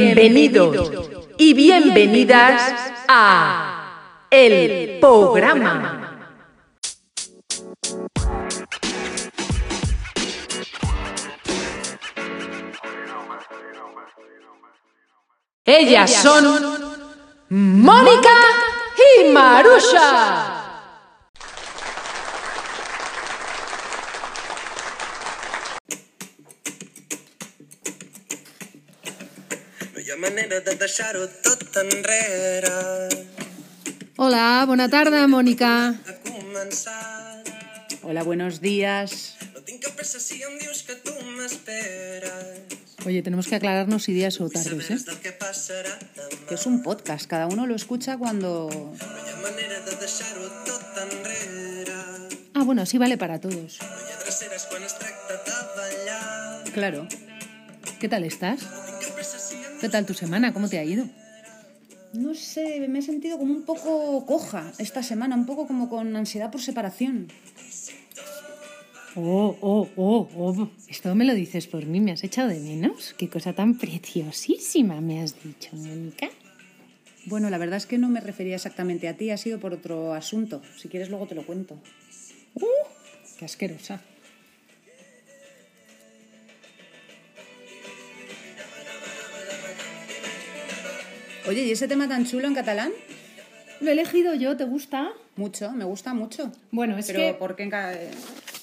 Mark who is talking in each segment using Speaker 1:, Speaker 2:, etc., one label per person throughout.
Speaker 1: Bienvenidos y bienvenidas a El Programa. Ellas son Mónica y Marusha.
Speaker 2: No hi ha manera de deixar-ho tot enrere.
Speaker 3: Hola, bona tarda, Mònica.
Speaker 2: Ha començat.
Speaker 4: Hola, buenos días.
Speaker 2: No tinc cap pressa si em dius que tu m'esperes.
Speaker 3: Oye, tenemos que aclararnos si días o tardes, ¿eh?
Speaker 2: Sabràs del que passarà demà.
Speaker 4: Que es un podcast, cada uno lo escucha cuando...
Speaker 2: No hi ha manera de deixar-ho tot enrere.
Speaker 3: Ah, bueno, sí vale para todos.
Speaker 2: No hi ha dreceres quan es tracta de ballar.
Speaker 4: Claro.
Speaker 3: ¿Qué tal estás? ¿Qué tal tu semana? ¿Cómo te ha ido?
Speaker 4: No sé, me he sentido como un poco coja esta semana, un poco como con ansiedad por separación.
Speaker 3: Oh, oh, oh, oh. Esto me lo dices por mí, ¿me has echado de menos? Qué cosa tan preciosísima me has dicho, Mónica.
Speaker 4: Bueno, la verdad es que no me refería exactamente a ti, ha sido por otro asunto. Si quieres luego te lo cuento.
Speaker 3: ¡Uh! Qué asquerosa.
Speaker 4: Oye, ¿y ese tema tan chulo en catalán?
Speaker 3: Lo he elegido yo, ¿te gusta?
Speaker 4: Mucho, me gusta mucho.
Speaker 3: Bueno, es
Speaker 4: Pero
Speaker 3: que...
Speaker 4: ¿por qué en ca- eh,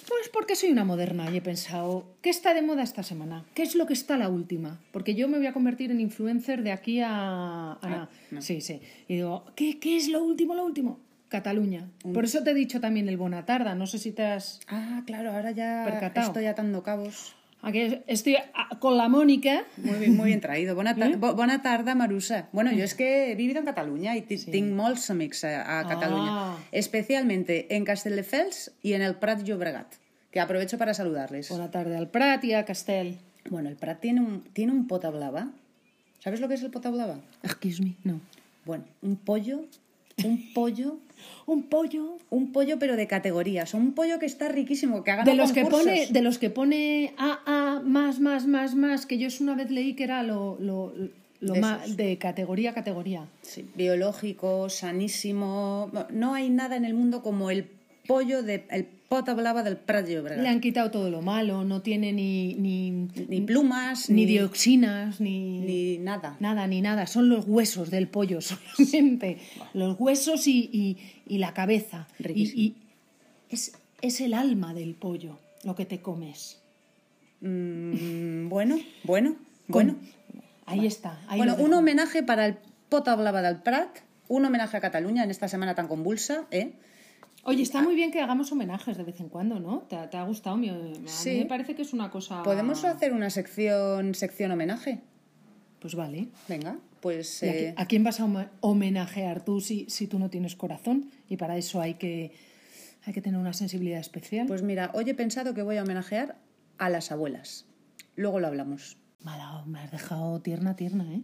Speaker 3: Pues porque soy una moderna y he pensado, ¿qué está de moda esta semana? ¿Qué es lo que está la última? Porque yo me voy a convertir en influencer de aquí a... a nada. Sí, sí. Y digo, ¿qué, qué es lo último, lo último? Cataluña. Por eso te he dicho también el Bona Tarda. No sé si te has...
Speaker 4: Ah, claro, ahora ya
Speaker 3: Percatao.
Speaker 4: estoy atando cabos.
Speaker 3: Aquí estoy a- con la Mónica.
Speaker 4: Muy bien, muy bien traído. Bona,
Speaker 3: ¿Eh?
Speaker 4: ta- bo- bona tarda, Marusa. Bueno, yo es que he vivido en Cataluña y ti- tinc molts amics a, a Cataluña.
Speaker 3: Ah.
Speaker 4: Especialmente en Castelldefels y en el Prat Llobregat, que aprovecho para saludarles.
Speaker 3: Bona Tarda al Prat y a Castel.
Speaker 4: Bueno, el Prat tiene un, tiene un pota blava. ¿Sabes lo que es el pota blava?
Speaker 3: Excuse me, no.
Speaker 4: Bueno, un pollo, un pollo,
Speaker 3: Un pollo.
Speaker 4: un pollo pero de categoría. O sea, un pollo que está riquísimo, que ha
Speaker 3: De
Speaker 4: ganado
Speaker 3: los, que
Speaker 4: concursos.
Speaker 3: pone, de los que pone AA, más, más, más, más, que yo es una vez leí que era lo, lo, lo
Speaker 4: De
Speaker 3: ma-
Speaker 4: esos.
Speaker 3: de categoría a categoría.
Speaker 4: Sí, biológico, sanísimo. No hay nada en el mundo como el pollo de el pota blava del Prat de Llobregat.
Speaker 3: Le han quitado todo lo malo, no tiene ni, ni, ni,
Speaker 4: Ni plumas,
Speaker 3: dioxinas, ni,
Speaker 4: ni nada.
Speaker 3: nada, ni nada. Son los huesos del pollo solamente. Los huesos y, y- y la cabeza. Y-
Speaker 4: Riquísimo.
Speaker 3: Y, es, es el alma del pollo lo que te comes.
Speaker 4: Mm, bueno, bueno, bueno.
Speaker 3: Ahí está. ahí
Speaker 4: Bueno,
Speaker 3: lo dejo.
Speaker 4: un homenaje para el pota blava del Prat, un homenaje a Cataluña en esta semana tan convulsa, ¿eh?
Speaker 3: Oye, está muy bien que hagamos homenajes de vez en cuando, ¿no? ¿Te, ha- te ha gustado? Mi- a
Speaker 4: Sí.
Speaker 3: mí me parece que es una cosa...
Speaker 4: Podemos hacer una sección sección homenaje.
Speaker 3: Pues vale.
Speaker 4: Venga, pues
Speaker 3: ¿Y a, qui-
Speaker 4: eh,
Speaker 3: a quién vas a homa- homenajear tú si, si tú no tienes corazón? Y para eso hay que, hay que tener una sensibilidad especial.
Speaker 4: pues mira, hoy he pensado que voy a homenajear a las abuelas. Luego lo hablamos.
Speaker 3: Mala, me has dejado tierna, tierna, ¿eh?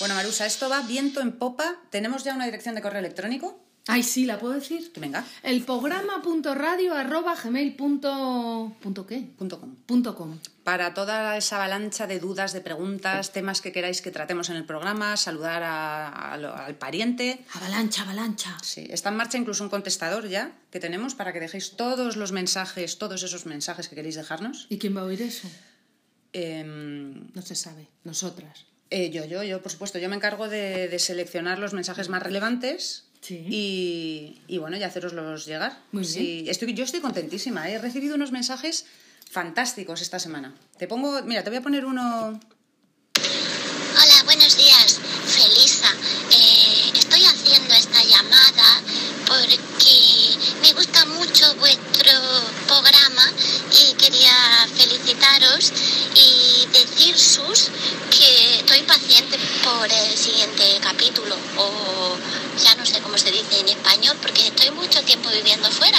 Speaker 4: Bueno, Marusa, esto va viento en popa. ¿Tenemos ya una dirección de correo electrónico?
Speaker 3: Ay, sí, ¿la puedo decir?
Speaker 4: Venga,
Speaker 3: El programa.radio arroba gmail punto... ¿Punto qué?
Speaker 4: punto com.
Speaker 3: Punto com.
Speaker 4: Para toda esa avalancha de dudas, de preguntas, temas que queráis que tratemos en el programa, saludar a- a lo- al pariente.
Speaker 3: Avalancha, avalancha.
Speaker 4: Sí, está en marcha incluso un contestador ya que tenemos para que dejéis todos los mensajes, todos esos mensajes que queréis dejarnos.
Speaker 3: ¿Y quién va a oír eso?
Speaker 4: Em,
Speaker 3: No se sabe. Nosotras.
Speaker 4: eh, yo, yo, yo, por supuesto, yo me encargo de, de seleccionar los mensajes más relevantes.
Speaker 3: Sí.
Speaker 4: Y, y bueno, y haceroslos llegar.
Speaker 3: Muy
Speaker 4: Sí, estoy, yo estoy contentísima. ¿eh? He recibido unos mensajes fantásticos esta semana. Te pongo, mira, te voy a poner uno
Speaker 5: Hola, buenos días, Felisa. Eh, estoy haciendo esta llamada porque me gusta mucho vuestro programa y quería felicitaros y decir sus que estoy paciente por el siguiente capítulo o ya no sé cómo se dice en español porque estoy mucho tiempo viviendo fuera.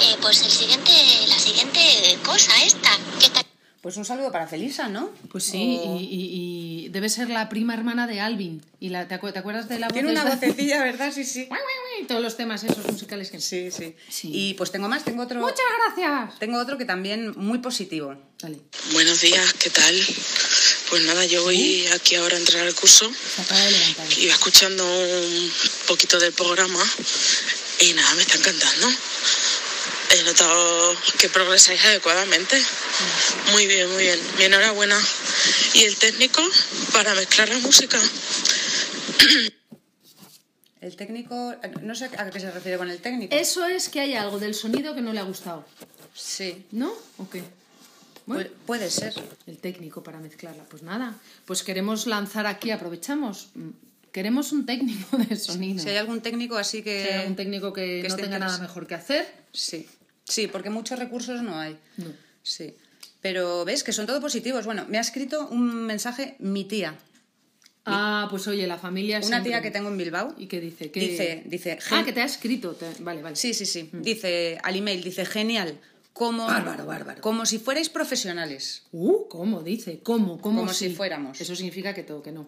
Speaker 5: Eh, pues el siguiente, la siguiente cosa esta que está
Speaker 4: Pues un saludo para Felisa, ¿no? Oh.
Speaker 3: Pues sí,
Speaker 4: O-
Speaker 3: y, y- y debe ser la prima hermana de Alvin. Y la, ¿te, acu- te acuerdas de la
Speaker 4: Tiene una
Speaker 3: esa?
Speaker 4: vocecilla, ¿verdad? Sí, sí.
Speaker 3: y todos los temas esos musicales que...
Speaker 4: Sí, sí,
Speaker 3: Sí.
Speaker 4: Y pues tengo más, tengo otro.
Speaker 3: Muchas gracias.
Speaker 4: Tengo otro que también muy positivo.
Speaker 3: Dale.
Speaker 6: Buenos días, ¿qué tal? Pues nada, yo voy aquí ahora a entrar al curso.
Speaker 3: Se acaba de levantar.
Speaker 6: Iba escuchando un poquito del programa y nada, me está encantando. He notado que progresáis adecuadamente. Muy bien, muy bien. Mi enhorabuena. Y el técnico para mezclar la música.
Speaker 4: El técnico, no sé a qué se refiere con el técnico.
Speaker 3: Eso es que hay algo del sonido que no le ha gustado.
Speaker 4: Sí.
Speaker 3: ¿No? ¿O qué? Bueno,
Speaker 4: Pu- puede ser.
Speaker 3: Pues, el técnico para mezclarla. Pues nada, pues queremos lanzar aquí, aprovechamos. mm, Queremos un técnico de sonido.
Speaker 4: Si hay algún técnico así que.
Speaker 3: un técnico que,
Speaker 4: que
Speaker 3: no
Speaker 4: esté
Speaker 3: tenga nada
Speaker 4: interes-
Speaker 3: mejor que hacer.
Speaker 4: Sí. Sí, porque muchos recursos no hay.
Speaker 3: No.
Speaker 4: Sí. Pero ves que son todo positivos. Bueno, me ha escrito un mensaje mi tía.
Speaker 3: Ah, pues oye, la familia es.
Speaker 4: Una tía que tengo en Bilbao.
Speaker 3: ¿Y qué dice? Que...
Speaker 4: Dice, dice.
Speaker 3: Ah,
Speaker 4: gen-
Speaker 3: que te ha escrito. te- Vale, vale.
Speaker 4: Sí, sí, sí. Dice al email, dice, genial. Como,
Speaker 3: Mm. Bárbaro, bárbaro.
Speaker 4: Como si fuerais profesionales.
Speaker 3: Uh, ¿cómo? Dice. ¿Cómo? ¿Cómo?
Speaker 4: Como
Speaker 3: sí?
Speaker 4: si fuéramos.
Speaker 3: Eso significa que todo, que no.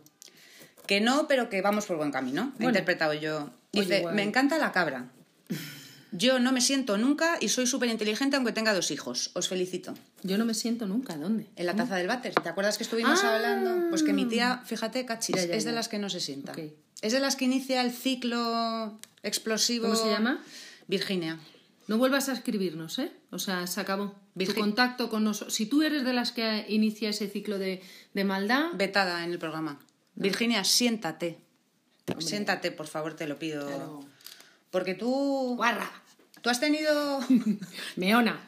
Speaker 4: Que no, pero que vamos por buen camino. He
Speaker 3: Bueno.
Speaker 4: interpretado yo. Dice,
Speaker 3: Oye, guay.
Speaker 4: me encanta la cabra. Yo no me siento nunca y soy súper inteligente aunque tenga dos hijos. Os felicito.
Speaker 3: Yo no me siento nunca. ¿Dónde?
Speaker 4: En la taza del váter. ¿Te acuerdas que estuvimos
Speaker 3: ¿Mm? Ah.
Speaker 4: hablando? Pues que mi tía, fíjate, cachis,
Speaker 3: Ya, ya,
Speaker 4: es
Speaker 3: ya.
Speaker 4: de las que no se sienta.
Speaker 3: Ok.
Speaker 4: Es de las que inicia el ciclo explosivo.
Speaker 3: ¿Cómo se llama?
Speaker 4: Virginia.
Speaker 3: No vuelvas a escribirnos, ¿eh? O sea, se acabó.
Speaker 4: Virgi-
Speaker 3: Tu contacto con nosotros. Si tú eres de las que inicia ese ciclo de, de maldad,
Speaker 4: Vetada en el programa. Virginia, siéntate. Siéntate, por favor, te lo pido.
Speaker 3: Claro.
Speaker 4: Porque tú.
Speaker 3: guarra,
Speaker 4: Tú has tenido.
Speaker 3: meona.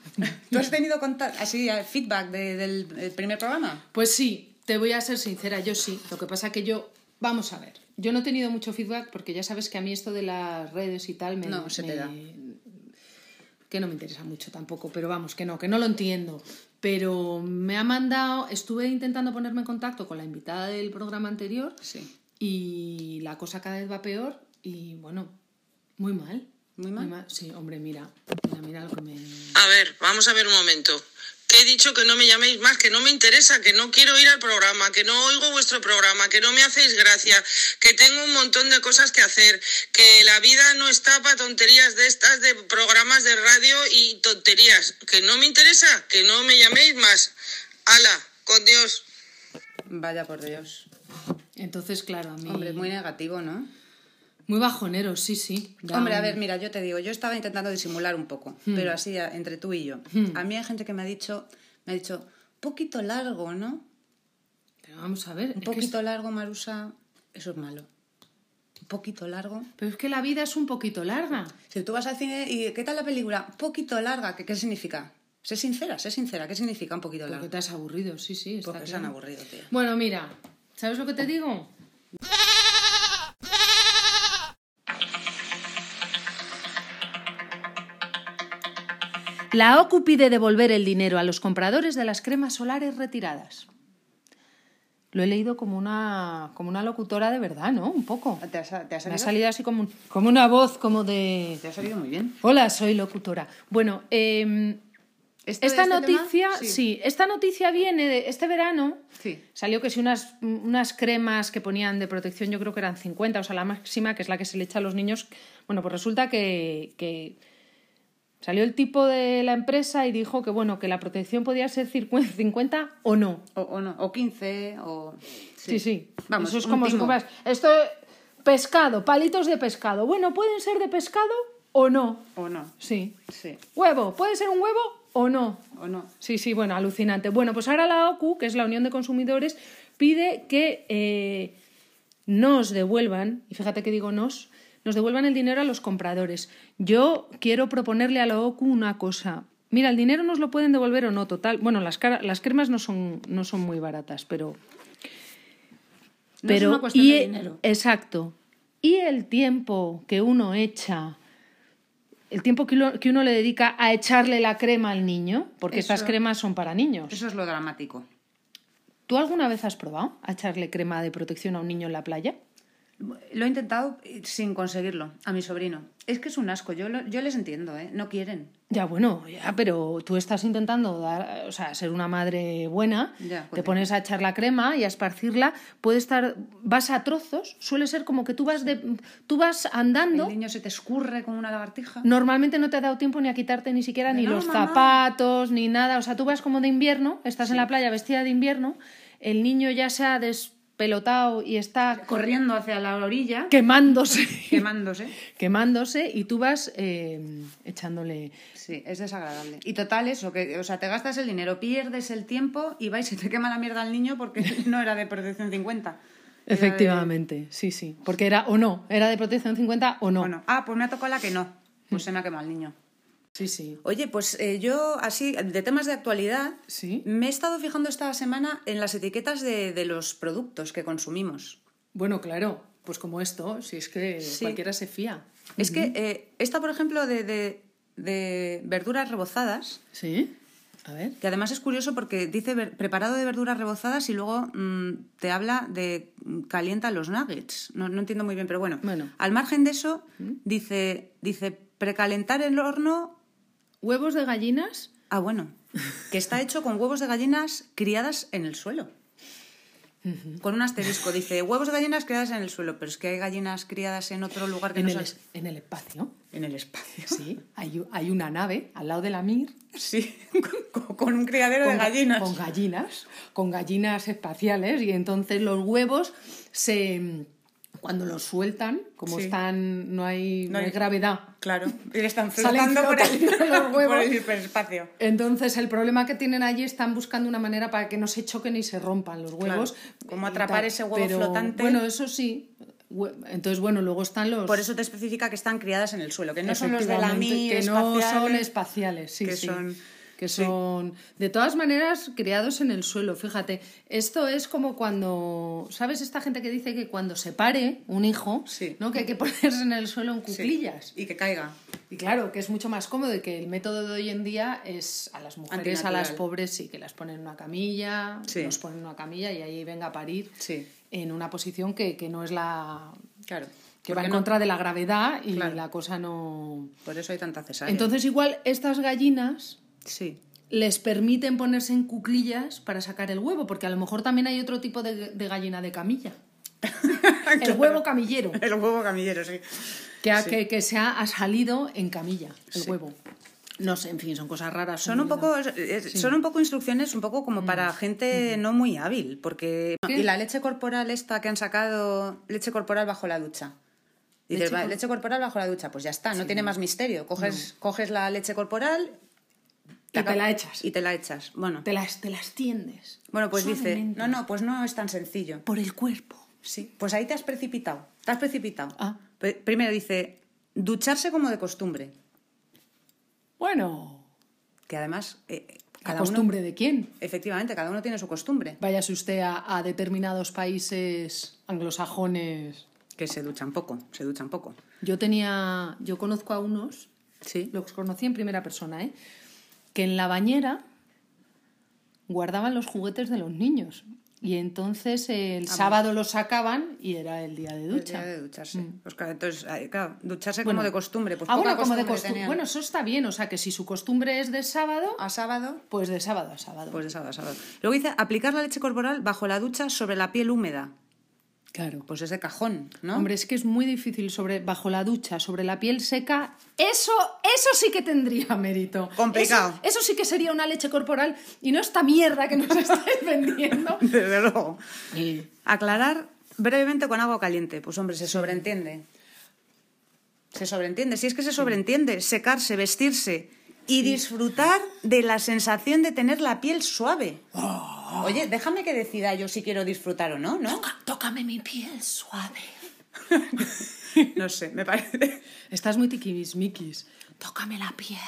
Speaker 4: ¿Tú has tenido contact- así eh, feedback de- del eh, primer programa?
Speaker 3: Pues sí, te voy a ser sincera, yo sí. Lo que pasa que yo, vamos a ver, yo no he tenido mucho feedback porque ya sabes que a mí esto de las redes y tal me...
Speaker 4: No, se te
Speaker 3: me-
Speaker 4: da.
Speaker 3: Que no me interesa mucho tampoco, pero vamos, que no, que no lo entiendo. Pero me ha mandado, estuve intentando ponerme en contacto con la invitada del programa anterior
Speaker 4: Sí.
Speaker 3: y la cosa cada vez va peor y bueno, muy mal.
Speaker 4: Muy mal.
Speaker 3: Sí, hombre, mira, mira, mira lo que me...
Speaker 6: A ver, vamos a ver un momento. Que he dicho que no me llaméis más, que no me interesa, que no quiero ir al programa, que no oigo vuestro programa, que no me hacéis gracia, que tengo un montón de cosas que hacer, que la vida no está para tonterías de estas, de programas de radio y tonterías. Que no me interesa, que no me llaméis más. Ala, con Dios.
Speaker 4: Vaya por Dios.
Speaker 3: Entonces, claro, a mí...
Speaker 4: Hombre, muy negativo, ¿no?
Speaker 3: Muy bajonero, sí, sí. Da
Speaker 4: Hombre, a
Speaker 3: un-
Speaker 4: ver, mira, yo te digo, yo estaba intentando disimular un poco,
Speaker 3: Hmm.
Speaker 4: pero así a- entre tú y yo. A mí hay gente que me ha dicho, me ha dicho, poquito largo, ¿no?
Speaker 3: Pero vamos a ver.
Speaker 4: Un
Speaker 3: es que es-
Speaker 4: poquito largo, Marusa, eso es malo. Un poquito largo.
Speaker 3: Pero es que la vida es un poquito larga.
Speaker 4: Si tú vas al cine y ¿qué tal la película? Poquito larga, ¿qué, qué significa? Sé sincera, sé sincera, ¿qué significa un poquito
Speaker 3: Porque
Speaker 4: largo?
Speaker 3: te has aburrido, sí, sí. Está
Speaker 4: Porque se han
Speaker 3: claro.
Speaker 4: aburrido, tío.
Speaker 3: Bueno, mira, ¿sabes lo que te digo? La OCU pide devolver el dinero a los compradores de las cremas solares retiradas. Lo he leído como una, como una locutora de verdad, ¿no? Un poco.
Speaker 4: ¿Te ha sa-
Speaker 3: Me
Speaker 4: te ha
Speaker 3: ha
Speaker 4: salido?
Speaker 3: salido así como, un- como una voz, como de...
Speaker 4: Te ha salido muy bien.
Speaker 3: Hola, soy locutora. Bueno, eh,
Speaker 4: ¿Este-
Speaker 3: esta
Speaker 4: este
Speaker 3: noticia,
Speaker 4: tema?
Speaker 3: sí. esta noticia viene de este verano.
Speaker 4: Sí.
Speaker 3: Salió que si unas, unas cremas que ponían de protección, yo creo que eran 50, o sea, la máxima, que es la que se le echa a los niños. Bueno, pues resulta que, que salió el tipo de la empresa y dijo que, bueno, que la protección podía ser 50 o no.
Speaker 4: O, o no, o 15, o...
Speaker 3: Sí, sí.
Speaker 4: Vamos,
Speaker 3: Eso es
Speaker 4: un
Speaker 3: como si
Speaker 4: timo.
Speaker 3: compras- Esto, pescado, palitos de pescado. Bueno, pueden ser de pescado o no.
Speaker 4: O no,
Speaker 3: Sí.
Speaker 4: sí,
Speaker 3: Huevo, ¿puede ser un huevo o no?
Speaker 4: o no.
Speaker 3: Sí, sí, bueno, alucinante. Bueno, pues ahora la OCU, que es la Unión de Consumidores, pide que eh, nos devuelvan, y fíjate que digo nos, nos devuelvan el dinero a los compradores. Yo quiero proponerle a la OCU una cosa. Mira, el dinero nos lo pueden devolver o no, total. Bueno, las, cara- las cremas no son, no son muy baratas, pero...
Speaker 4: No es una cuestión
Speaker 3: y- e
Speaker 4: de dinero.
Speaker 3: Exacto. Y el tiempo que uno echa el tiempo que uno, que uno le dedica a echarle la crema al niño, porque
Speaker 4: Eso.
Speaker 3: estas cremas son para niños.
Speaker 4: Eso es lo dramático.
Speaker 3: ¿Tú alguna vez has probado a echarle crema de protección a un niño en la playa?
Speaker 4: Lo he intentado eh, sin conseguirlo a mi sobrino. Es que es un asco, yo, lo- yo les entiendo, ¿eh? No quieren.
Speaker 3: Ya, bueno, ya, pero tú estás intentando dar, o sea, ser una madre buena,
Speaker 4: Ya, pues
Speaker 3: te
Speaker 4: joder.
Speaker 3: pones a echar la crema y a esparcirla, puede estar, vas a trozos, suele ser como que tú vas, de, tú vas andando,
Speaker 4: El niño se te escurre como una lagartija.
Speaker 3: normalmente no te ha dado tiempo ni a quitarte ni siquiera ni
Speaker 4: No,
Speaker 3: los
Speaker 4: mamá.
Speaker 3: zapatos, ni nada, o sea, tú vas como de invierno, estás en la playa vestida de invierno, el niño ya se ha despelotado y está
Speaker 4: Corriendo hacia la orilla,
Speaker 3: quemándose,
Speaker 4: quemándose.
Speaker 3: quemándose y tú vas eh, echándole...
Speaker 4: Sí, es desagradable. Y total, eso, que, o sea, te gastas el dinero, pierdes el tiempo y vais y te quema la mierda al niño porque no era de protección 50. Era de-
Speaker 3: Efectivamente, sí, sí. Porque era o no, era de protección 50 o no.
Speaker 4: Bueno, ah, pues me ha tocado la que no. Pues se me ha quemado el niño.
Speaker 3: Sí, sí.
Speaker 4: Oye, pues eh, yo así, de temas de actualidad,
Speaker 3: Sí.
Speaker 4: me he estado fijando esta semana en las etiquetas de, de los productos que consumimos.
Speaker 3: Bueno, claro, pues como esto, si es que
Speaker 4: Sí.
Speaker 3: cualquiera se fía.
Speaker 4: Es que eh, esta, por ejemplo, de, de- de verduras rebozadas,
Speaker 3: Sí. A ver.
Speaker 4: que además es curioso porque dice ver- preparado de verduras rebozadas y luego mm, te habla de mm, calienta los nuggets. No, no entiendo muy bien, pero bueno.
Speaker 3: Bueno.
Speaker 4: Al margen de eso, dice, dice precalentar el horno
Speaker 3: Huevos de gallinas.
Speaker 4: Ah, bueno. Que está hecho con huevos de gallinas criadas en el suelo. Con un asterisco. Dice huevos de gallinas criadas en el suelo, pero es que hay gallinas criadas en otro lugar que
Speaker 3: En
Speaker 4: no
Speaker 3: el,
Speaker 4: sea-
Speaker 3: es- en el espacio.
Speaker 4: en el espacio.
Speaker 3: Sí. Hay, u- hay una nave al lado de la MIR.
Speaker 4: Sí, con, con un criadero de gallinas.
Speaker 3: Con gallinas. Con gallinas espaciales. Y entonces los huevos se. Cuando los sueltan, como
Speaker 4: Sí.
Speaker 3: están. No hay, no hay
Speaker 4: hay-
Speaker 3: gravedad.
Speaker 4: Claro, y le están
Speaker 3: Salen
Speaker 4: flotando por el,
Speaker 3: flotando los huevos.
Speaker 4: por el hiperespacio.
Speaker 3: Entonces, el problema que tienen allí están buscando una manera para que no se choquen y se rompan los huevos.
Speaker 4: Claro, como
Speaker 3: y
Speaker 4: atrapar ese huevo flotante.
Speaker 3: Bueno, eso sí. Hue- Entonces, bueno, luego están los.
Speaker 4: Por eso te especifica que están criadas en el suelo, que no son los de la
Speaker 3: Efectivamente,
Speaker 4: MI,
Speaker 3: Que no son
Speaker 4: espaciales.
Speaker 3: espaciales, sí,
Speaker 4: que
Speaker 3: sí.
Speaker 4: son-
Speaker 3: que son, de todas maneras, criados en el suelo. Fíjate, esto es como cuando, ¿sabes? Esta gente que dice que cuando se pare un hijo,
Speaker 4: Sí.
Speaker 3: ¿no? que hay que ponerse en el suelo en
Speaker 4: Sí,
Speaker 3: cuclillas.
Speaker 4: Y que caiga.
Speaker 3: Y claro, que es mucho más cómodo y que el método de hoy en día es a las mujeres, a
Speaker 4: Antinatural.
Speaker 3: las pobres, sí, que las ponen en una camilla,
Speaker 4: Sí.
Speaker 3: nos ponen en una camilla y ahí venga a parir
Speaker 4: Sí.
Speaker 3: en una posición que, que no es la.
Speaker 4: Claro.
Speaker 3: que va
Speaker 4: Porque
Speaker 3: en
Speaker 4: no-
Speaker 3: contra de la gravedad y
Speaker 4: Claro.
Speaker 3: la cosa no.
Speaker 4: Por eso hay tanta cesárea.
Speaker 3: Entonces, igual estas gallinas
Speaker 4: sí.
Speaker 3: les permiten ponerse en cuclillas para sacar el huevo, porque a lo mejor también hay otro tipo de, de gallina de camilla. El huevo camillero,
Speaker 4: El huevo camillero, sí.
Speaker 3: que, ha, que, que se ha, ha salido en camilla, el
Speaker 4: Sí.
Speaker 3: huevo. No sé, en fin, son cosas raras. Mm.
Speaker 4: Son un
Speaker 3: ¿verdad?
Speaker 4: poco, es- son un poco instrucciones, un poco como para gente no muy hábil, porque
Speaker 3: ¿Qué?
Speaker 4: y la leche corporal esta que han sacado, leche corporal bajo la ducha. Dices,
Speaker 3: Leche
Speaker 4: "Va,
Speaker 3: cor-
Speaker 4: leche corporal bajo la ducha, pues ya está, no tiene más misterio. Coges, coges la leche corporal
Speaker 3: Y te
Speaker 4: acab-
Speaker 3: la echas.
Speaker 4: Y te la echas. Bueno,
Speaker 3: Te las, te las tiendes.
Speaker 4: bueno pues dice,
Speaker 3: Suavemente.
Speaker 4: no, no, pues no es tan sencillo.
Speaker 3: Por el cuerpo.
Speaker 4: Sí, pues ahí te has precipitado. Te has precipitado.
Speaker 3: Ah.
Speaker 4: Pe- Primero dice, ducharse como de costumbre,
Speaker 3: Bueno.
Speaker 4: que además eh,
Speaker 3: ¿La
Speaker 4: cada uno-
Speaker 3: costumbre de quién?
Speaker 4: efectivamente, cada uno tiene su costumbre.
Speaker 3: Váyase usted a, a determinados países anglosajones.
Speaker 4: Que se duchan poco, se duchan poco.
Speaker 3: Yo tenía. Yo conozco a unos,
Speaker 4: Sí.
Speaker 3: los conocí en primera persona, ¿eh? Que en la bañera guardaban los juguetes de los niños. Y entonces
Speaker 4: Ah,
Speaker 3: el sábado los sacaban y era el día de ducha. Mm.
Speaker 4: de ducharse. Pues claro, entonces, ay, claro, ducharse
Speaker 3: Bueno.
Speaker 4: como de costumbre. Pues
Speaker 3: ah,
Speaker 4: poca
Speaker 3: bueno, como de
Speaker 4: costumbre
Speaker 3: costumbre.
Speaker 4: tenían.
Speaker 3: Bueno, eso está bien. O sea, que si su costumbre es de sábado,
Speaker 4: a sábado,
Speaker 3: pues de sábado a sábado.
Speaker 4: pues de sábado a sábado. Luego dice, aplicar la leche corporal bajo la ducha sobre la piel húmeda.
Speaker 3: claro.
Speaker 4: Pues es de cajón, ¿no?
Speaker 3: Hombre, es que es muy difícil sobre bajo la ducha, sobre la piel seca. Eso, eso sí que tendría mérito.
Speaker 4: Complicado.
Speaker 3: Eso, eso sí que sería una leche corporal y no esta mierda que nos estáis vendiendo.
Speaker 4: Desde luego. Aclarar brevemente con agua caliente. Pues hombre, se sobreentiende. Se sobreentiende. Si es que se sobreentiende, secarse, vestirse y disfrutar de la sensación de tener la piel suave.
Speaker 3: Ah.
Speaker 4: Oye, déjame que decida yo si quiero disfrutar o no, ¿no?
Speaker 3: Tócame mi piel suave.
Speaker 4: No sé, me parece.
Speaker 3: Estás muy tiquismiquis. Tócame la piel.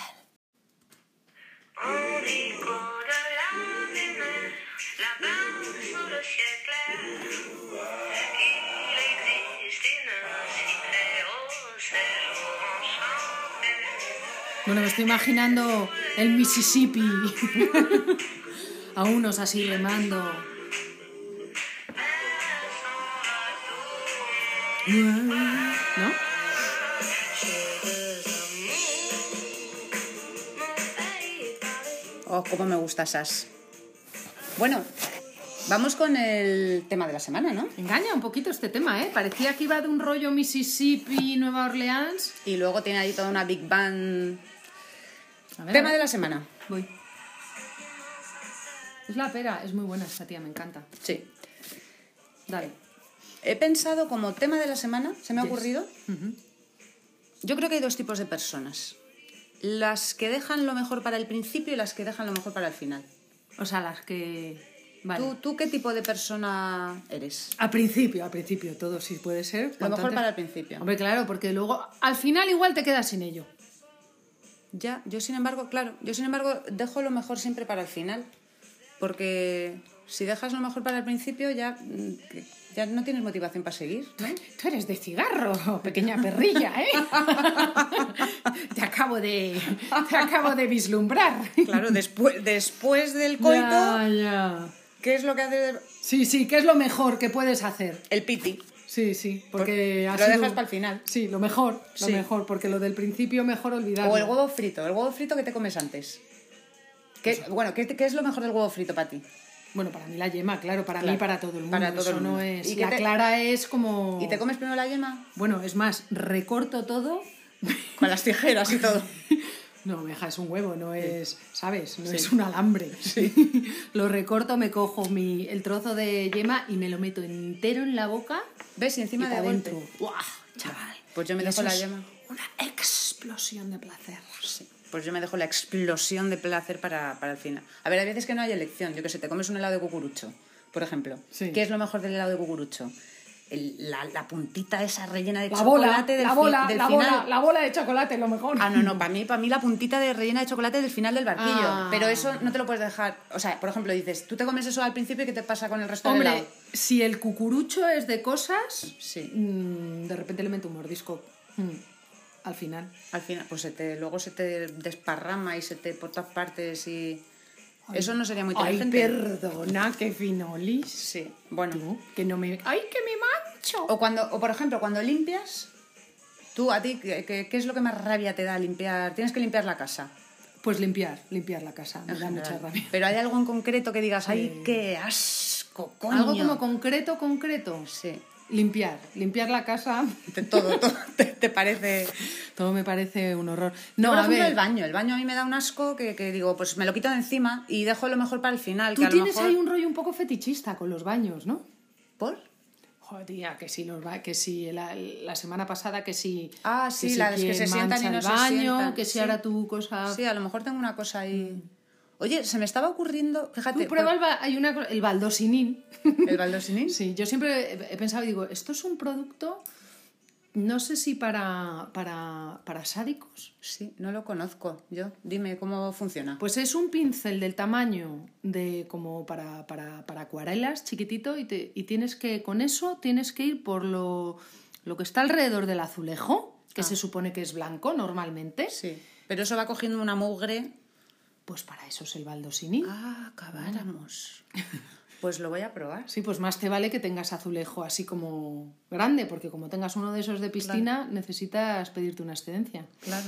Speaker 3: Bueno, me estoy imaginando el Mississippi. A unos así remando. ¿No?
Speaker 4: Oh, cómo me gusta Sass. Bueno, vamos con el tema de la semana, ¿no?
Speaker 3: Engaña un poquito este tema, ¿eh? Parecía que iba de un rollo Mississippi, Nueva Orleans.
Speaker 4: Y luego tiene ahí toda una Big Bang.
Speaker 3: A ver,
Speaker 4: Tema
Speaker 3: a ver.
Speaker 4: de la semana.
Speaker 3: Voy. Es la pera, es muy buena esta tía, me encanta.
Speaker 4: Sí.
Speaker 3: Dale.
Speaker 4: He pensado como tema de la semana, se me ha
Speaker 3: Yes.
Speaker 4: ocurrido. Yo creo que hay dos tipos de personas. Las que dejan lo mejor para el principio y las que dejan lo mejor para el final.
Speaker 3: O sea, las que. Vale.
Speaker 4: ¿Tú, tú qué tipo de persona eres?
Speaker 3: A principio, a principio, todo sí puede ser.
Speaker 4: Lo
Speaker 3: cuanto
Speaker 4: mejor
Speaker 3: antes.
Speaker 4: para el principio.
Speaker 3: Hombre, claro, porque luego al final igual te quedas sin ello.
Speaker 4: Ya, yo sin embargo, claro, yo sin embargo dejo lo mejor siempre para el final. Porque si dejas lo mejor para el principio ya, mm, que- ya no tienes motivación para seguir, ¿no?
Speaker 3: Tú eres de cigarro, pequeña perrilla, ¿eh? te acabo de. Te acabo de vislumbrar.
Speaker 4: Claro, después, después del coito,
Speaker 3: Ya, ya.
Speaker 4: ¿qué es lo que hace
Speaker 3: Sí, sí, que es lo mejor que puedes hacer.
Speaker 4: el piti?
Speaker 3: Sí, sí, porque
Speaker 4: Lo
Speaker 3: ha
Speaker 4: dejas
Speaker 3: sido-
Speaker 4: para el final.
Speaker 3: Sí, lo mejor, lo
Speaker 4: Sí.
Speaker 3: mejor, porque lo del principio mejor olvidarlo.
Speaker 4: O el huevo frito, el huevo frito que te comes antes. ¿Qué-
Speaker 3: Pues
Speaker 4: bueno, ¿qué, te- qué es lo mejor del huevo frito para ti?
Speaker 3: Bueno, para mí la yema, claro, para mí
Speaker 4: Claro,
Speaker 3: para todo el mundo.
Speaker 4: para todo
Speaker 3: Eso
Speaker 4: el mundo.
Speaker 3: no es.
Speaker 4: ¿Y qué
Speaker 3: la
Speaker 4: te-
Speaker 3: clara es como.
Speaker 4: ¿Y te comes primero la yema?
Speaker 3: Bueno, es más, recorto todo.
Speaker 4: Con las tijeras y todo.
Speaker 3: No, meja, es un huevo, no es, ¿sabes? No es un alambre. lo recorto, me cojo mi, el trozo de yema y me lo meto entero en la boca
Speaker 4: ¿Ves? Y
Speaker 3: y
Speaker 4: encima
Speaker 3: para
Speaker 4: de golpe.
Speaker 3: adentro. ¡Guau, chaval!
Speaker 4: Pues yo me
Speaker 3: Y
Speaker 4: dejo
Speaker 3: eso
Speaker 4: la
Speaker 3: es
Speaker 4: yema.
Speaker 3: Una explosión de placer.
Speaker 4: Sí, Pues yo me dejo la explosión de placer para, para el final. A ver, hay veces que no hay elección. Yo que sé, te comes un helado de cucurucho, por ejemplo.
Speaker 3: Sí.
Speaker 4: ¿Qué es lo mejor del helado de cucurucho? El- la, la puntita esa rellena de
Speaker 3: La bola,
Speaker 4: chocolate del,
Speaker 3: la
Speaker 4: fi-
Speaker 3: bola,
Speaker 4: del
Speaker 3: la
Speaker 4: final.
Speaker 3: bola, la bola de chocolate, lo mejor.
Speaker 4: Ah, no, no, para mí, para mí la puntita de rellena de chocolate del final del barquillo.
Speaker 3: Ah.
Speaker 4: Pero eso no te lo puedes dejar. O sea, por ejemplo, dices, tú te comes eso al principio y ¿qué te pasa con el resto del
Speaker 3: Hombre,
Speaker 4: helado?
Speaker 3: si el cucurucho es de cosas,
Speaker 4: Sí,
Speaker 3: mm, de repente le meto un mordisco mm, al final.
Speaker 4: al final, pues se te, luego se te desparrama y se te por todas partes y... Eso no sería muy
Speaker 3: Ay,
Speaker 4: inteligente.
Speaker 3: perdona, que finolis.
Speaker 4: Sí, Oh. bueno.
Speaker 3: Tú, que no me... ¡Ay, que me mancho!
Speaker 4: O cuando, o por ejemplo, cuando limpias, tú a ti, ¿qué, qué- qué es lo que más rabia te da limpiar? Tienes que limpiar la casa.
Speaker 3: Pues limpiar, limpiar la casa, me
Speaker 4: en
Speaker 3: da mucha
Speaker 4: general.
Speaker 3: rabia.
Speaker 4: Pero hay algo en concreto que digas, ay, qué asco, coño.
Speaker 3: Algo como concreto, concreto.
Speaker 4: Sí,
Speaker 3: Limpiar, limpiar la casa,
Speaker 4: te- todo, todo te, te parece.
Speaker 3: todo me parece un horror.
Speaker 4: No,
Speaker 3: No,
Speaker 4: por
Speaker 3: a
Speaker 4: ejemplo,
Speaker 3: ver,
Speaker 4: el baño. El baño a mí me da un asco que, que digo, pues me lo quito de encima y dejo lo mejor para el final.
Speaker 3: tú
Speaker 4: que a lo
Speaker 3: tienes
Speaker 4: mejor-
Speaker 3: ahí un rollo un poco fetichista con los baños, ¿no?
Speaker 4: ¿Por?
Speaker 3: Joder, tía, que si los ba- que si la, la semana pasada que si
Speaker 4: Ah, sí,
Speaker 3: si
Speaker 4: las que
Speaker 3: quién
Speaker 4: se sientan
Speaker 3: mancha
Speaker 4: y no
Speaker 3: el
Speaker 4: se
Speaker 3: baño,
Speaker 4: sientan,
Speaker 3: que si
Speaker 4: sí.
Speaker 3: ahora tú cosa
Speaker 4: Sí, a lo mejor tengo una cosa ahí. Oye, se me estaba ocurriendo,
Speaker 3: mm. tú
Speaker 4: fíjate.
Speaker 3: prueba el, ba- hay una co- el baldosinin.
Speaker 4: ¿El baldosinin?
Speaker 3: Sí, yo siempre he- he pensado digo, esto es un producto no sé si para para para sádicos.
Speaker 4: Sí, no lo conozco yo. Dime cómo funciona.
Speaker 3: Pues es un pincel del tamaño de como para, para, para acuarelas, chiquitito, y, te- y tienes que, con eso tienes que ir por lo, lo que está alrededor del azulejo, que se supone que es blanco normalmente.
Speaker 4: Ah. Sí, pero eso va cogiendo una mugre.
Speaker 3: Pues para eso es el baldosini.
Speaker 4: Ah, acabáramos. Pues lo voy a probar.
Speaker 3: Sí, pues más te vale que tengas azulejo así como grande, porque como tengas uno de esos de piscina, necesitas pedirte una excedencia.
Speaker 4: Claro.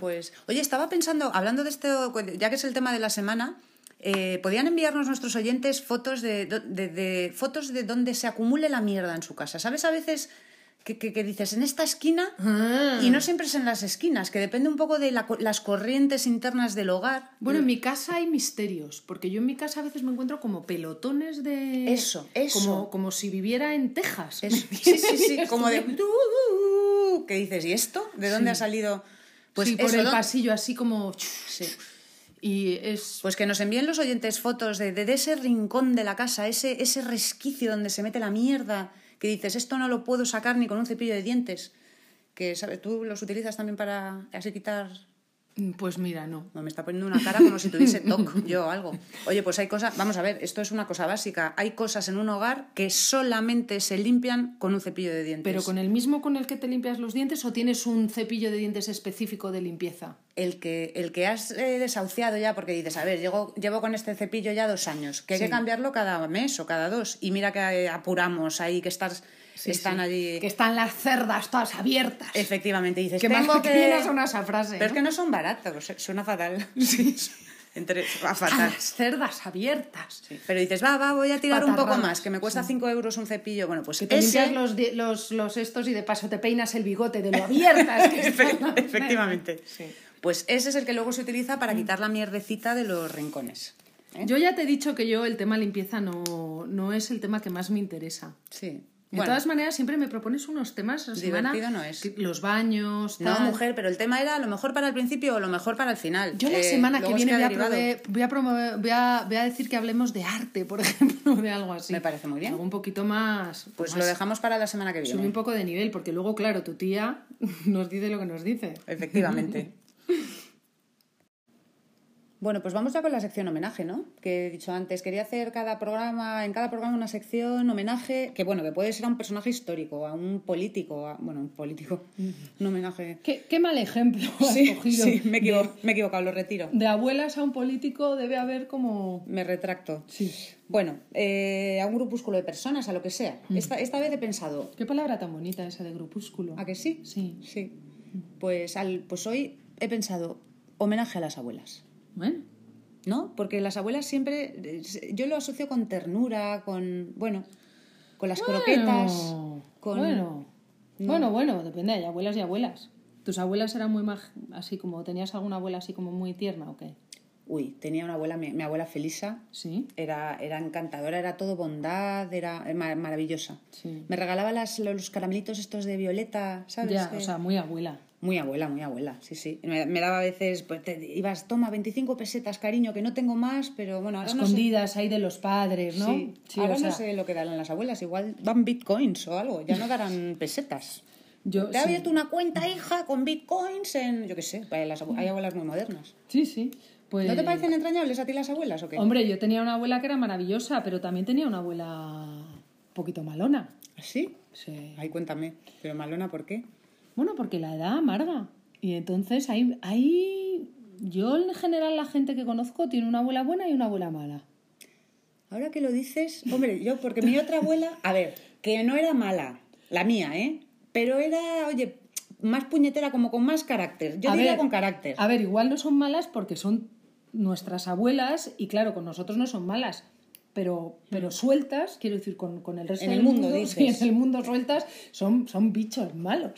Speaker 4: Pues, oye, estaba pensando, hablando de esto, ya que es el tema de la semana, eh, podían enviarnos nuestros oyentes fotos de, do- de- de- fotos de donde se acumule la mierda en su casa. ¿Sabes? A veces que, que- que dices en esta esquina
Speaker 3: Ah.
Speaker 4: y no siempre es en las esquinas, que depende un poco de la co- las corrientes internas del hogar.
Speaker 3: Bueno, en mi casa hay misterios, porque yo en mi casa a veces me encuentro como pelotones de...
Speaker 4: Eso, eso.
Speaker 3: Como, como si viviera en Texas.
Speaker 4: Es- sí, sí, sí, como de... ¿Qué dices? ¿Y esto? ¿De dónde ha salido?
Speaker 3: Pues sí, por
Speaker 4: eso,
Speaker 3: el
Speaker 4: ¿no?
Speaker 3: pasillo así como...
Speaker 4: Sí.
Speaker 3: Y es...
Speaker 4: Pues que nos envíen los oyentes fotos de, de- de ese rincón de la casa, ese, ese resquicio donde se mete la mierda, que dices, esto no lo puedo sacar ni con un cepillo de dientes. Que, ¿sabes? Tú los utilizas también para así quitar...
Speaker 3: Pues mira, no.
Speaker 4: No, me está poniendo una cara como si tuviese TOC yo o algo. Oye, pues hay cosas... Vamos a ver, esto es una cosa básica. Hay cosas en un hogar que solamente se limpian con un cepillo de dientes.
Speaker 3: ¿Pero con el mismo con el que te limpias los dientes o tienes un cepillo de dientes específico de limpieza?
Speaker 4: el que, el que has eh, desahuciado ya, porque dices, a ver, llego- llevo con este cepillo ya dos años, que hay
Speaker 3: Sí.
Speaker 4: que cambiarlo cada mes o cada dos, y mira que eh, apuramos ahí, que estás están allí.
Speaker 3: Que están las cerdas todas abiertas.
Speaker 4: Efectivamente, dices,
Speaker 3: Qué
Speaker 4: tengo
Speaker 3: mal-
Speaker 4: que...
Speaker 3: qué bien suena esa frase,
Speaker 4: Pero es
Speaker 3: ¿no?
Speaker 4: que no son baratos, eh, suena fatal. Entre, a
Speaker 3: Están
Speaker 4: fatal.
Speaker 3: las cerdas abiertas.
Speaker 4: Sí, Pero dices, va, va, voy a tirar un poco
Speaker 3: Patarradas,
Speaker 4: más, que me cuesta 5 euros un cepillo. Bueno, pues
Speaker 3: Que te
Speaker 4: ese-
Speaker 3: limpias los, di- los, los estos y de paso te peinas el bigote de lo abiertas que
Speaker 4: Efe-
Speaker 3: están.
Speaker 4: Efectivamente.
Speaker 3: Sí. Mm.
Speaker 4: Pues ese es el que luego se utiliza para quitar la mierdecita de los rincones. ¿eh?
Speaker 3: Yo ya te he dicho que yo el tema limpieza no, no es el tema que más me interesa.
Speaker 4: Sí.
Speaker 3: De
Speaker 4: Bueno,
Speaker 3: todas maneras, siempre me propones unos temas a la semana.
Speaker 4: Divertido no es.
Speaker 3: que- Los baños,
Speaker 4: no,
Speaker 3: tal.
Speaker 4: mujer, pero el tema era lo mejor para el principio o lo mejor para el final.
Speaker 3: Yo la
Speaker 4: Eh,
Speaker 3: semana que
Speaker 4: luego
Speaker 3: viene
Speaker 4: se
Speaker 3: voy
Speaker 4: ha
Speaker 3: a,
Speaker 4: derivado.
Speaker 3: prove- voy, a promover- voy, a, voy a decir que hablemos de arte, por ejemplo, de algo así.
Speaker 4: Me parece muy bien.
Speaker 3: Algo un poquito más.
Speaker 4: Pues
Speaker 3: más-
Speaker 4: lo dejamos para la semana que viene.
Speaker 3: Sube un poco de nivel, porque luego, claro, tu tía nos dice lo que nos dice.
Speaker 4: Eh, Efectivamente. Bueno, pues vamos ya con la sección homenaje, ¿no? Que he dicho antes, quería hacer cada programa, en cada programa una sección homenaje, que bueno, que puede ser a un personaje histórico, a un político, a- bueno, un político, un homenaje.
Speaker 3: Qué, qué mal ejemplo has cogido.
Speaker 4: sí, me, equivo- me he equivocado, lo retiro.
Speaker 3: De abuelas a un político debe haber como.
Speaker 4: Me retracto.
Speaker 3: Sí.
Speaker 4: Bueno, eh, a un grupúsculo de personas, a lo que sea. Esta, esta vez he pensado,
Speaker 3: Qué palabra tan bonita esa de grupúsculo.
Speaker 4: ¿a que sí?
Speaker 3: Sí.
Speaker 4: Sí. Pues, al, pues hoy he pensado, homenaje a las abuelas.
Speaker 3: Bueno,
Speaker 4: ¿no? Porque las abuelas siempre, eh, se- yo lo asocio con ternura, con, bueno, con las croquetas, con...
Speaker 3: Bueno, bueno, bueno, depende, hay abuelas y abuelas. ¿Tus abuelas eran muy más así como, tenías alguna abuela así como muy tierna o qué?
Speaker 4: Uy, tenía una abuela, mi, mi abuela Felisa,
Speaker 3: Sí.
Speaker 4: era, era encantadora, era todo bondad, era eh, ma- maravillosa.
Speaker 3: Sí.
Speaker 4: Me regalaba las, los caramelitos estos de violeta, ¿sabes?
Speaker 3: Ya,
Speaker 4: Que-
Speaker 3: o sea, muy abuela.
Speaker 4: Muy abuela, muy abuela, sí, sí. Me, me daba a veces, pues te- ibas, toma 25 pesetas, cariño, que no tengo más, pero bueno, ahora no sé-
Speaker 3: Escondidas ahí de los padres, ¿no?
Speaker 4: Sí, ahora
Speaker 3: o sea,
Speaker 4: no sé lo que darán las abuelas, igual dan bitcoins o algo, ya no darán pesetas.
Speaker 3: Yo,
Speaker 4: Te ha
Speaker 3: sí.
Speaker 4: abierto una cuenta, hija, con bitcoins en. Yo qué sé, para las abu- hay abuelas muy modernas.
Speaker 3: Sí, sí. Pues...
Speaker 4: ¿No te parecen entrañables a ti las abuelas o qué?
Speaker 3: Hombre, yo tenía una abuela que era maravillosa, pero también tenía una abuela un poquito malona.
Speaker 4: ¿Sí?
Speaker 3: Sí.
Speaker 4: Ay, cuéntame. Pero Malona, ¿por qué?
Speaker 3: Bueno, porque la edad amarga. Y entonces ahí, ahí yo en general la gente que conozco tiene una abuela buena y una abuela mala.
Speaker 4: Ahora que lo dices. Hombre, yo, porque mi otra abuela. A ver, que no era mala, la mía, ¿eh? Pero era, oye, más puñetera, como con más carácter. Yo
Speaker 3: A
Speaker 4: diría
Speaker 3: ver,
Speaker 4: con carácter.
Speaker 3: A ver, igual no son malas porque son nuestras abuelas y claro, con nosotros no son malas. Pero, pero sueltas, quiero decir, con, con el resto
Speaker 4: Mm. En
Speaker 3: del
Speaker 4: el mundo,
Speaker 3: mundo sí,
Speaker 4: dices.
Speaker 3: en el mundo sueltas, son, son bichos malos.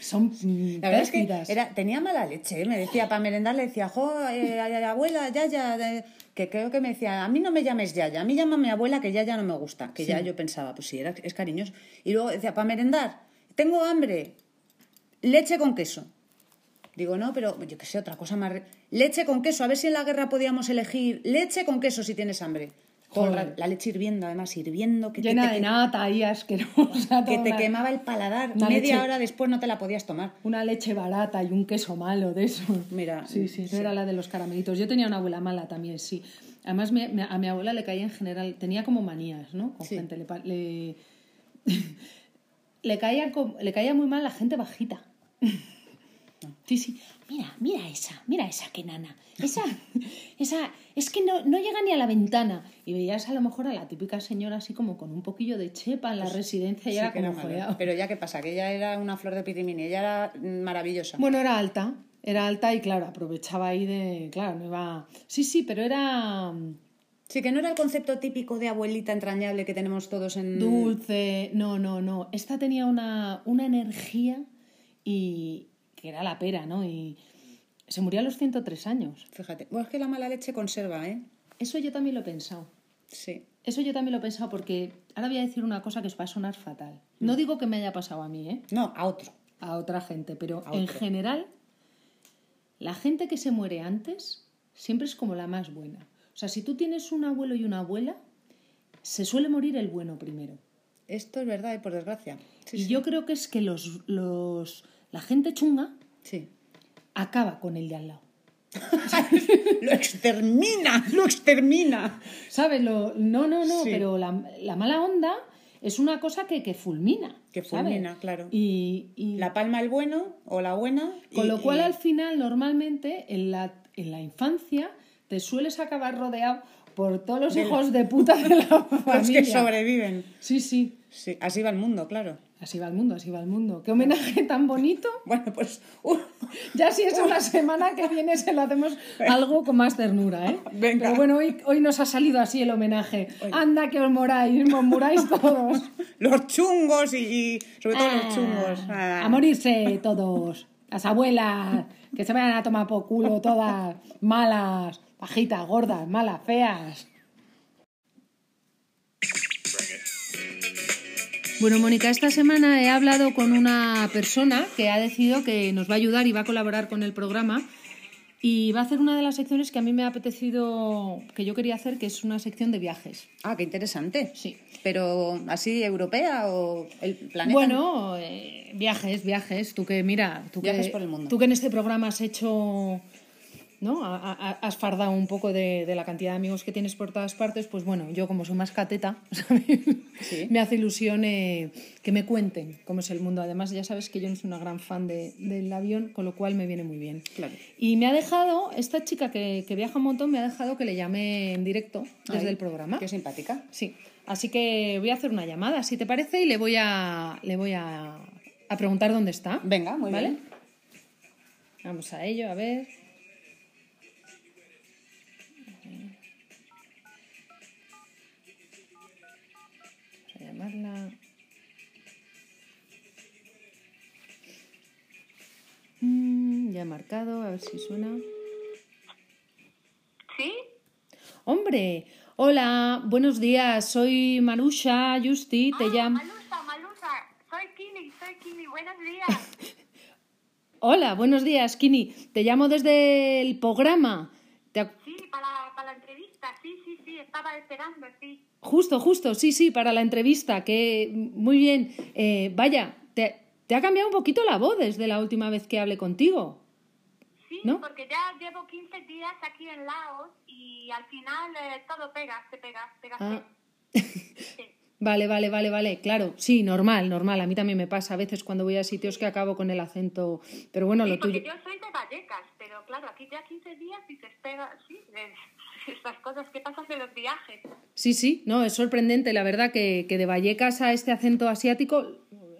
Speaker 3: son mm,
Speaker 4: La verdad es que
Speaker 3: pérfidas.
Speaker 4: era, tenía mala leche, ¿eh? me decía, para merendar le decía, jo, eh, ay, ay, abuela, yaya, eh", que creo que me decía, a mí no me llames yaya, a mí llámame abuela, que yaya no me gusta, que ya yo pensaba, pues sí, era, es cariñoso. Y luego decía, para merendar, tengo hambre, leche con queso. Digo, no, pero pues, yo qué sé, otra cosa más... re- Leche con queso, a ver si en la guerra podíamos elegir leche con queso si tienes hambre. Jo,
Speaker 3: Joder.
Speaker 4: la, la leche hirviendo, además, hirviendo, que, te-
Speaker 3: Llena
Speaker 4: te-
Speaker 3: de nata y asquerosa. toda
Speaker 4: que te
Speaker 3: una-
Speaker 4: quemaba el paladar,
Speaker 3: Una
Speaker 4: media
Speaker 3: leche-
Speaker 4: hora después no te la podías tomar.
Speaker 3: Una leche barata y un queso malo de eso.
Speaker 4: Mira,
Speaker 3: Sí, sí, no era la de los caramelitos. Yo tenía una abuela mala también, sí. Además, me- me- a mi abuela le caía en general, tenía como manías, ¿no? Con
Speaker 4: Sí.
Speaker 3: gente. Le, pa- le, le caía, com- le caía muy mal la gente bajita. Sí, sí. Mira, mira esa, mira esa que nana. Esa, esa, es que no, no llega ni a la ventana. Y veías a lo mejor a la típica señora así como con un poquillo de chepa en la residencia y
Speaker 4: Pues Sí,
Speaker 3: era
Speaker 4: que era
Speaker 3: como
Speaker 4: malo.
Speaker 3: "Joder,
Speaker 4: Pero ya qué pasa, que ella era una flor de pitimini, ella era mm, maravillosa.
Speaker 3: Bueno, era alta, era alta y claro, aprovechaba ahí de, claro, no iba... Sí, sí, pero era mm,
Speaker 4: Sí, que no era el concepto típico de abuelita entrañable que tenemos todos en...
Speaker 3: dulce, no, no, no. Esta tenía una, una energía y que era la pera, ¿no? Y se murió a los 103 años.
Speaker 4: Fíjate, bueno, es que la mala leche conserva, ¿eh?
Speaker 3: Eso yo también lo he pensado.
Speaker 4: Sí.
Speaker 3: Eso yo también lo he pensado porque ahora voy a decir una cosa que os va a sonar fatal. No digo que me haya pasado a mí, ¿eh?
Speaker 4: No, a otro.
Speaker 3: a otra gente, pero
Speaker 4: A
Speaker 3: en
Speaker 4: otro.
Speaker 3: general la gente que se muere antes siempre es como la más buena. O sea, si tú tienes un abuelo y una abuela, se suele morir el bueno primero.
Speaker 4: Esto es verdad, ¿eh? por desgracia. Sí,
Speaker 3: y
Speaker 4: sí.
Speaker 3: yo creo que es que los, los la gente chunga
Speaker 4: Sí.
Speaker 3: acaba con el de al lado.
Speaker 4: lo extermina, lo extermina.
Speaker 3: ¿Sabes? Lo, no, no, no,
Speaker 4: Sí.
Speaker 3: pero la, la mala onda es una cosa que, que fulmina.
Speaker 4: Que
Speaker 3: ¿sabes?
Speaker 4: fulmina, claro.
Speaker 3: Y, y-
Speaker 4: La palma el bueno o la buena. y-
Speaker 3: Con lo cual,
Speaker 4: y-
Speaker 3: al final, normalmente, en la, en la infancia, te sueles acabar rodeado por todos los hijos de puta de la
Speaker 4: Los
Speaker 3: familia.
Speaker 4: que sobreviven.
Speaker 3: Sí, sí.
Speaker 4: Sí, así va el mundo, claro.
Speaker 3: Así va el mundo, así va el mundo. Qué homenaje tan bonito.
Speaker 4: Bueno, pues un-
Speaker 3: Ya si es la semana que viene se lo hacemos algo con más ternura, ¿eh?
Speaker 4: Venga.
Speaker 3: Pero bueno, hoy, hoy nos ha salido así el homenaje. Anda que os moráis, murmuráis todos.
Speaker 4: los chungos y, y sobre todo los chungos. Ah.
Speaker 3: Eh, A morirse todos. Las abuelas, que se vayan a tomar por culo todas. Malas, bajitas, gordas, malas, feas. Bueno, Mónica, esta semana he hablado con una persona que ha decidido que nos va a ayudar y va a colaborar con el programa y va a hacer una de las secciones que a mí me ha apetecido, que yo quería hacer, que es una sección de viajes.
Speaker 4: Ah, qué interesante.
Speaker 3: Sí.
Speaker 4: Pero así europea o el planeta.
Speaker 3: Bueno, eh, viajes, viajes. Tú que, mira, tú
Speaker 4: Viajes
Speaker 3: que,
Speaker 4: por el mundo.
Speaker 3: Tú que en este programa has hecho, ¿no? A- a- a- Has fardado un poco de, de la cantidad de amigos que tienes por todas partes. Pues bueno, yo como soy más cateta, ¿sabes?
Speaker 4: Sí.
Speaker 3: me hace ilusión eh, que me cuenten cómo es el mundo. Además, ya sabes que yo no soy una gran fan de- del avión, con lo cual me viene muy bien.
Speaker 4: Claro.
Speaker 3: Y me ha dejado, esta chica que, que viaja un montón, me ha dejado que le llame en directo desde
Speaker 4: Ay,
Speaker 3: el programa.
Speaker 4: Qué simpática.
Speaker 3: Sí, así que voy a hacer una llamada, si te parece, y le voy a, le voy a, a preguntar dónde está.
Speaker 4: Venga, muy
Speaker 3: ¿Vale?
Speaker 4: bien.
Speaker 3: Vamos a ello, a ver. Vamos a llamarla. Mm, ya he marcado, a ver si suena.
Speaker 7: ¿Sí?
Speaker 3: Hombre, hola, buenos días, soy Marusha Justi, te
Speaker 7: Ah,
Speaker 3: llamo.
Speaker 7: Malusa, Malusa, soy Kini, soy Kini, buenos días.
Speaker 3: Hola, buenos días, Kini, te llamo desde el programa. Te ac-
Speaker 7: Sí, para, para la entrevista, sí, sí, sí, estaba esperando, sí.
Speaker 3: Justo, justo, sí, sí, para la entrevista, que muy bien. Eh, vaya, te, te ha cambiado un poquito la voz desde la última vez que hablé contigo.
Speaker 7: Sí,
Speaker 3: ¿No?
Speaker 7: porque ya llevo 15 días aquí en Laos y al final eh, todo pega, se pega, pega.
Speaker 3: Ah.
Speaker 7: se- se-
Speaker 3: Vale, vale, vale, vale, claro, sí, normal, normal, a mí también me pasa a veces cuando voy a sitios que acabo con el acento, pero bueno,
Speaker 7: Sí,
Speaker 3: lo
Speaker 7: porque
Speaker 3: tuyo.
Speaker 7: yo soy de Vallecas, pero claro, aquí ya 15 días y se espera, sí, de- estas cosas que pasan de los viajes.
Speaker 3: Sí, sí, no, es sorprendente, la verdad, que, que de Vallecas a este acento asiático,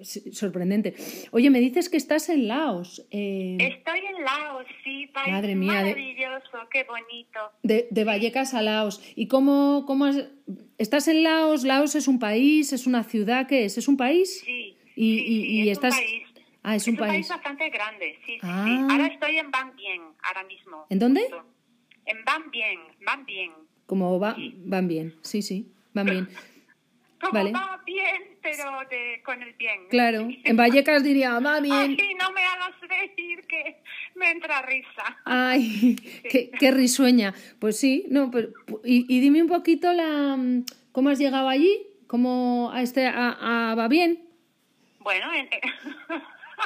Speaker 3: sí, sorprendente. Oye, me dices que estás en Laos. eh,
Speaker 7: Estoy en Laos, sí, país
Speaker 3: Madre mía, de-
Speaker 7: maravilloso, qué bonito.
Speaker 3: de, de Vallecas a Laos. ¿Y cómo, cómo has- estás en Laos? ¿Laos es un país? ¿Es una ciudad? ¿Qué es? ¿Es un país?
Speaker 7: Sí,
Speaker 3: Y,
Speaker 7: sí,
Speaker 3: y-
Speaker 7: sí,
Speaker 3: y
Speaker 7: es
Speaker 3: estás...
Speaker 7: un país.
Speaker 3: Ah, es un, país.
Speaker 7: bastante grande, sí, sí,
Speaker 3: Ah.
Speaker 7: sí. Ahora estoy en Van Bien, ahora mismo.
Speaker 3: ¿En dónde?
Speaker 7: justo. En Van Bien, Van Bien.
Speaker 3: Como va- van bien, sí, sí, van bien.
Speaker 7: Como
Speaker 3: Vale.
Speaker 7: va bien, pero de- con el bien.
Speaker 3: Claro, en Vallecas diría, va bien.
Speaker 7: Así no me hagas decir que me entra risa.
Speaker 3: Ay, qué, qué risueña. Pues sí, no, pero, y, y dime un poquito la cómo has llegado allí, cómo a este a, a- va bien.
Speaker 7: Bueno, en,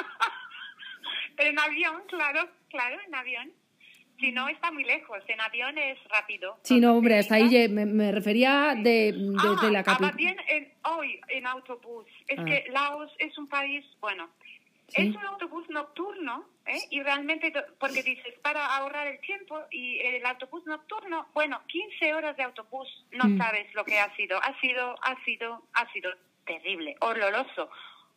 Speaker 7: en avión, claro, claro, en avión. Si no, está muy lejos. En avión es rápido.
Speaker 3: Sí, no, hombre,
Speaker 7: Entonces,
Speaker 3: hasta ahí lle- me, me refería de,
Speaker 7: Ah,
Speaker 3: desde la
Speaker 7: ah, va
Speaker 3: capital.
Speaker 7: bien en, hoy en autobús. Es
Speaker 3: Ah.
Speaker 7: que Laos es un país, bueno,
Speaker 3: Sí.
Speaker 7: es un autobús nocturno, ¿eh? Y realmente, do- porque dices, para ahorrar el tiempo y el autobús nocturno, bueno, 15 horas de autobús, no
Speaker 3: Mm.
Speaker 7: sabes lo que ha sido. Ha sido, ha sido, ha sido terrible, horroroso,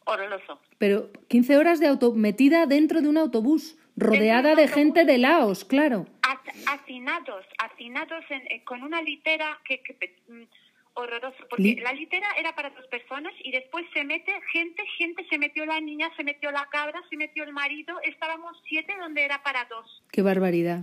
Speaker 7: horroroso.
Speaker 3: Pero 15 horas de auto metida dentro de un autobús, rodeada de
Speaker 7: autobús.
Speaker 3: gente de Laos, claro.
Speaker 7: Haz- hacinados, hacinados en- eh, con una litera que, que pe- mm, horroroso, porque
Speaker 3: Li-
Speaker 7: la litera era para dos personas y después se mete gente, gente, se metió la niña, se metió la cabra, se metió el marido, estábamos siete donde era para dos.
Speaker 3: Qué barbaridad,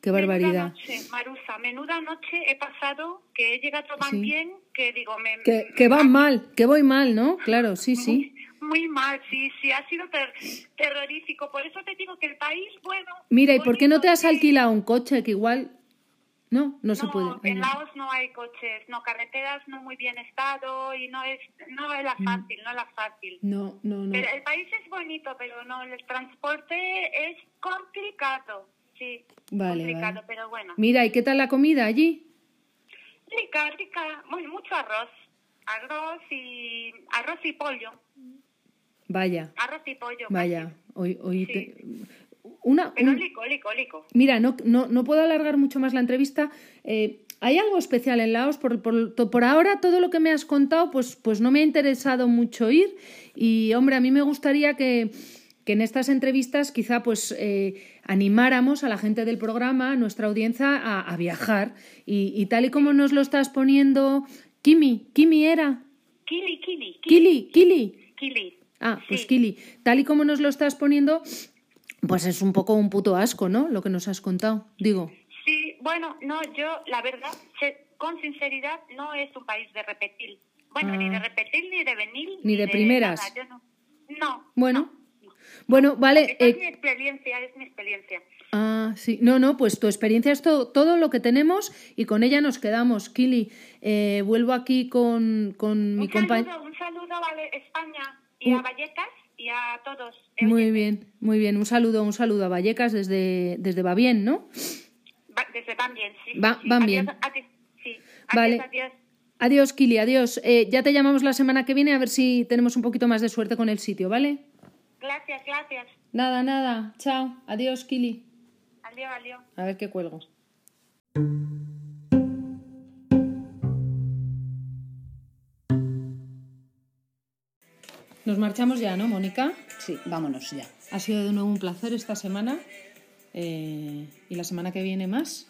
Speaker 3: qué barbaridad.
Speaker 7: Menuda noche, Marusa, menuda noche he pasado, que he llegado tan
Speaker 3: Sí.
Speaker 7: bien, que digo, me...
Speaker 3: Que, que van mal, que voy mal, ¿no? Claro, sí, sí.
Speaker 7: Muy mal, sí, sí, ha sido ter- terrorífico. Por eso te digo que el país, bueno...
Speaker 3: Mira, ¿y por qué no te
Speaker 7: bonito,
Speaker 3: has
Speaker 7: Pues sí.
Speaker 3: alquilado un coche que igual... No, no se puede. Ay,
Speaker 7: En
Speaker 3: no.
Speaker 7: Laos no hay coches, no carreteras, no muy bien estado y no es no es la fácil, no es la fácil.
Speaker 3: Mm. No, no, no.
Speaker 7: Pero el país es bonito, pero no el transporte es complicado, sí.
Speaker 3: Vale,
Speaker 7: complicado,
Speaker 3: vale.
Speaker 7: pero bueno.
Speaker 3: Mira, ¿y qué tal la comida allí?
Speaker 7: Rica, rica, muy, mucho arroz, arroz y arroz y pollo,
Speaker 3: Vaya,
Speaker 7: arroz y pollo.
Speaker 3: vaya. Mm. Hoy, hoy
Speaker 7: Sí.
Speaker 3: te- Una,
Speaker 7: Pero
Speaker 3: un-
Speaker 7: lico, lico, lico.
Speaker 3: Mira, no, no, no puedo alargar mucho más la entrevista. Eh, ¿Hay algo especial en Laos? Por, por, por ahora todo lo que me has contado, pues, pues no me ha interesado mucho ir. Y hombre, a mí me gustaría que, que en estas entrevistas quizá pues eh, animáramos a la gente del programa, a nuestra audiencia, a, a viajar. Y, y, tal y como nos lo estás poniendo, Kimi, Kimi era.
Speaker 7: Kili, Kili.
Speaker 3: Kili, Kili.
Speaker 7: Kili.
Speaker 3: Ah, pues
Speaker 7: Sí.
Speaker 3: Kili, tal y como nos lo estás poniendo, pues es un poco un puto asco, ¿no? Lo que nos has contado, digo.
Speaker 7: Sí, bueno, no, yo la verdad, se- con sinceridad, no es un país de repetir. Bueno,
Speaker 3: Ah.
Speaker 7: ni de repetir, ni de venir.
Speaker 3: Ni de primeras.
Speaker 7: nada, yo no. no.
Speaker 3: Bueno, bueno, vale.
Speaker 7: Esa
Speaker 3: eh,
Speaker 7: es mi experiencia, es mi experiencia.
Speaker 3: Ah, sí. No, no, pues tu experiencia es todo, todo lo que tenemos y con ella nos quedamos. Kili, eh, vuelvo aquí con, con mi
Speaker 7: Un
Speaker 3: compañero.
Speaker 7: saludo, un saludo a Ale- España y a Vallecas y a todos. Eh,
Speaker 3: Muy bien, muy bien. Un saludo, un saludo a Vallecas desde, desde Babien, ¿no?
Speaker 7: va- Desde Van Bien, sí.
Speaker 3: Va-
Speaker 7: sí.
Speaker 3: Van
Speaker 7: Adiós,
Speaker 3: Bien.
Speaker 7: adiós, sí. Adiós,
Speaker 3: Vale.
Speaker 7: adiós.
Speaker 3: Adiós, Kili, adiós. Eh, ya te llamamos la semana que viene a ver si tenemos un poquito más de suerte con el sitio, ¿vale?
Speaker 7: Gracias, gracias.
Speaker 3: Nada, nada. Chao. Adiós, Kili.
Speaker 7: Adiós, adiós.
Speaker 3: A ver qué cuelgo. Nos marchamos ya, ¿no, Mónica?
Speaker 4: Sí, vámonos ya.
Speaker 3: Ha sido de nuevo un placer esta semana eh, y la semana que viene más.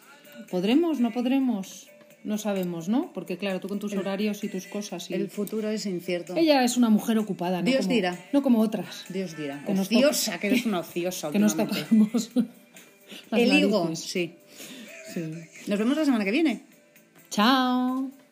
Speaker 3: ¿Podremos? ¿No podremos? No sabemos, ¿no? Porque claro, tú con tus horarios y tus cosas. Y...
Speaker 4: El futuro es incierto.
Speaker 3: Ella es una mujer ocupada, ¿no?
Speaker 4: Dios
Speaker 3: como,
Speaker 4: dirá.
Speaker 3: No como otras,
Speaker 4: Dios dirá.
Speaker 3: Que nos
Speaker 4: ociosa,
Speaker 3: toca.
Speaker 4: que eres una ociosa.
Speaker 3: que nos
Speaker 4: últimamente.
Speaker 3: tapamos. las
Speaker 4: El higo,
Speaker 3: narices.
Speaker 4: sí.
Speaker 3: Sí.
Speaker 4: Nos vemos la semana que viene.
Speaker 3: Chao.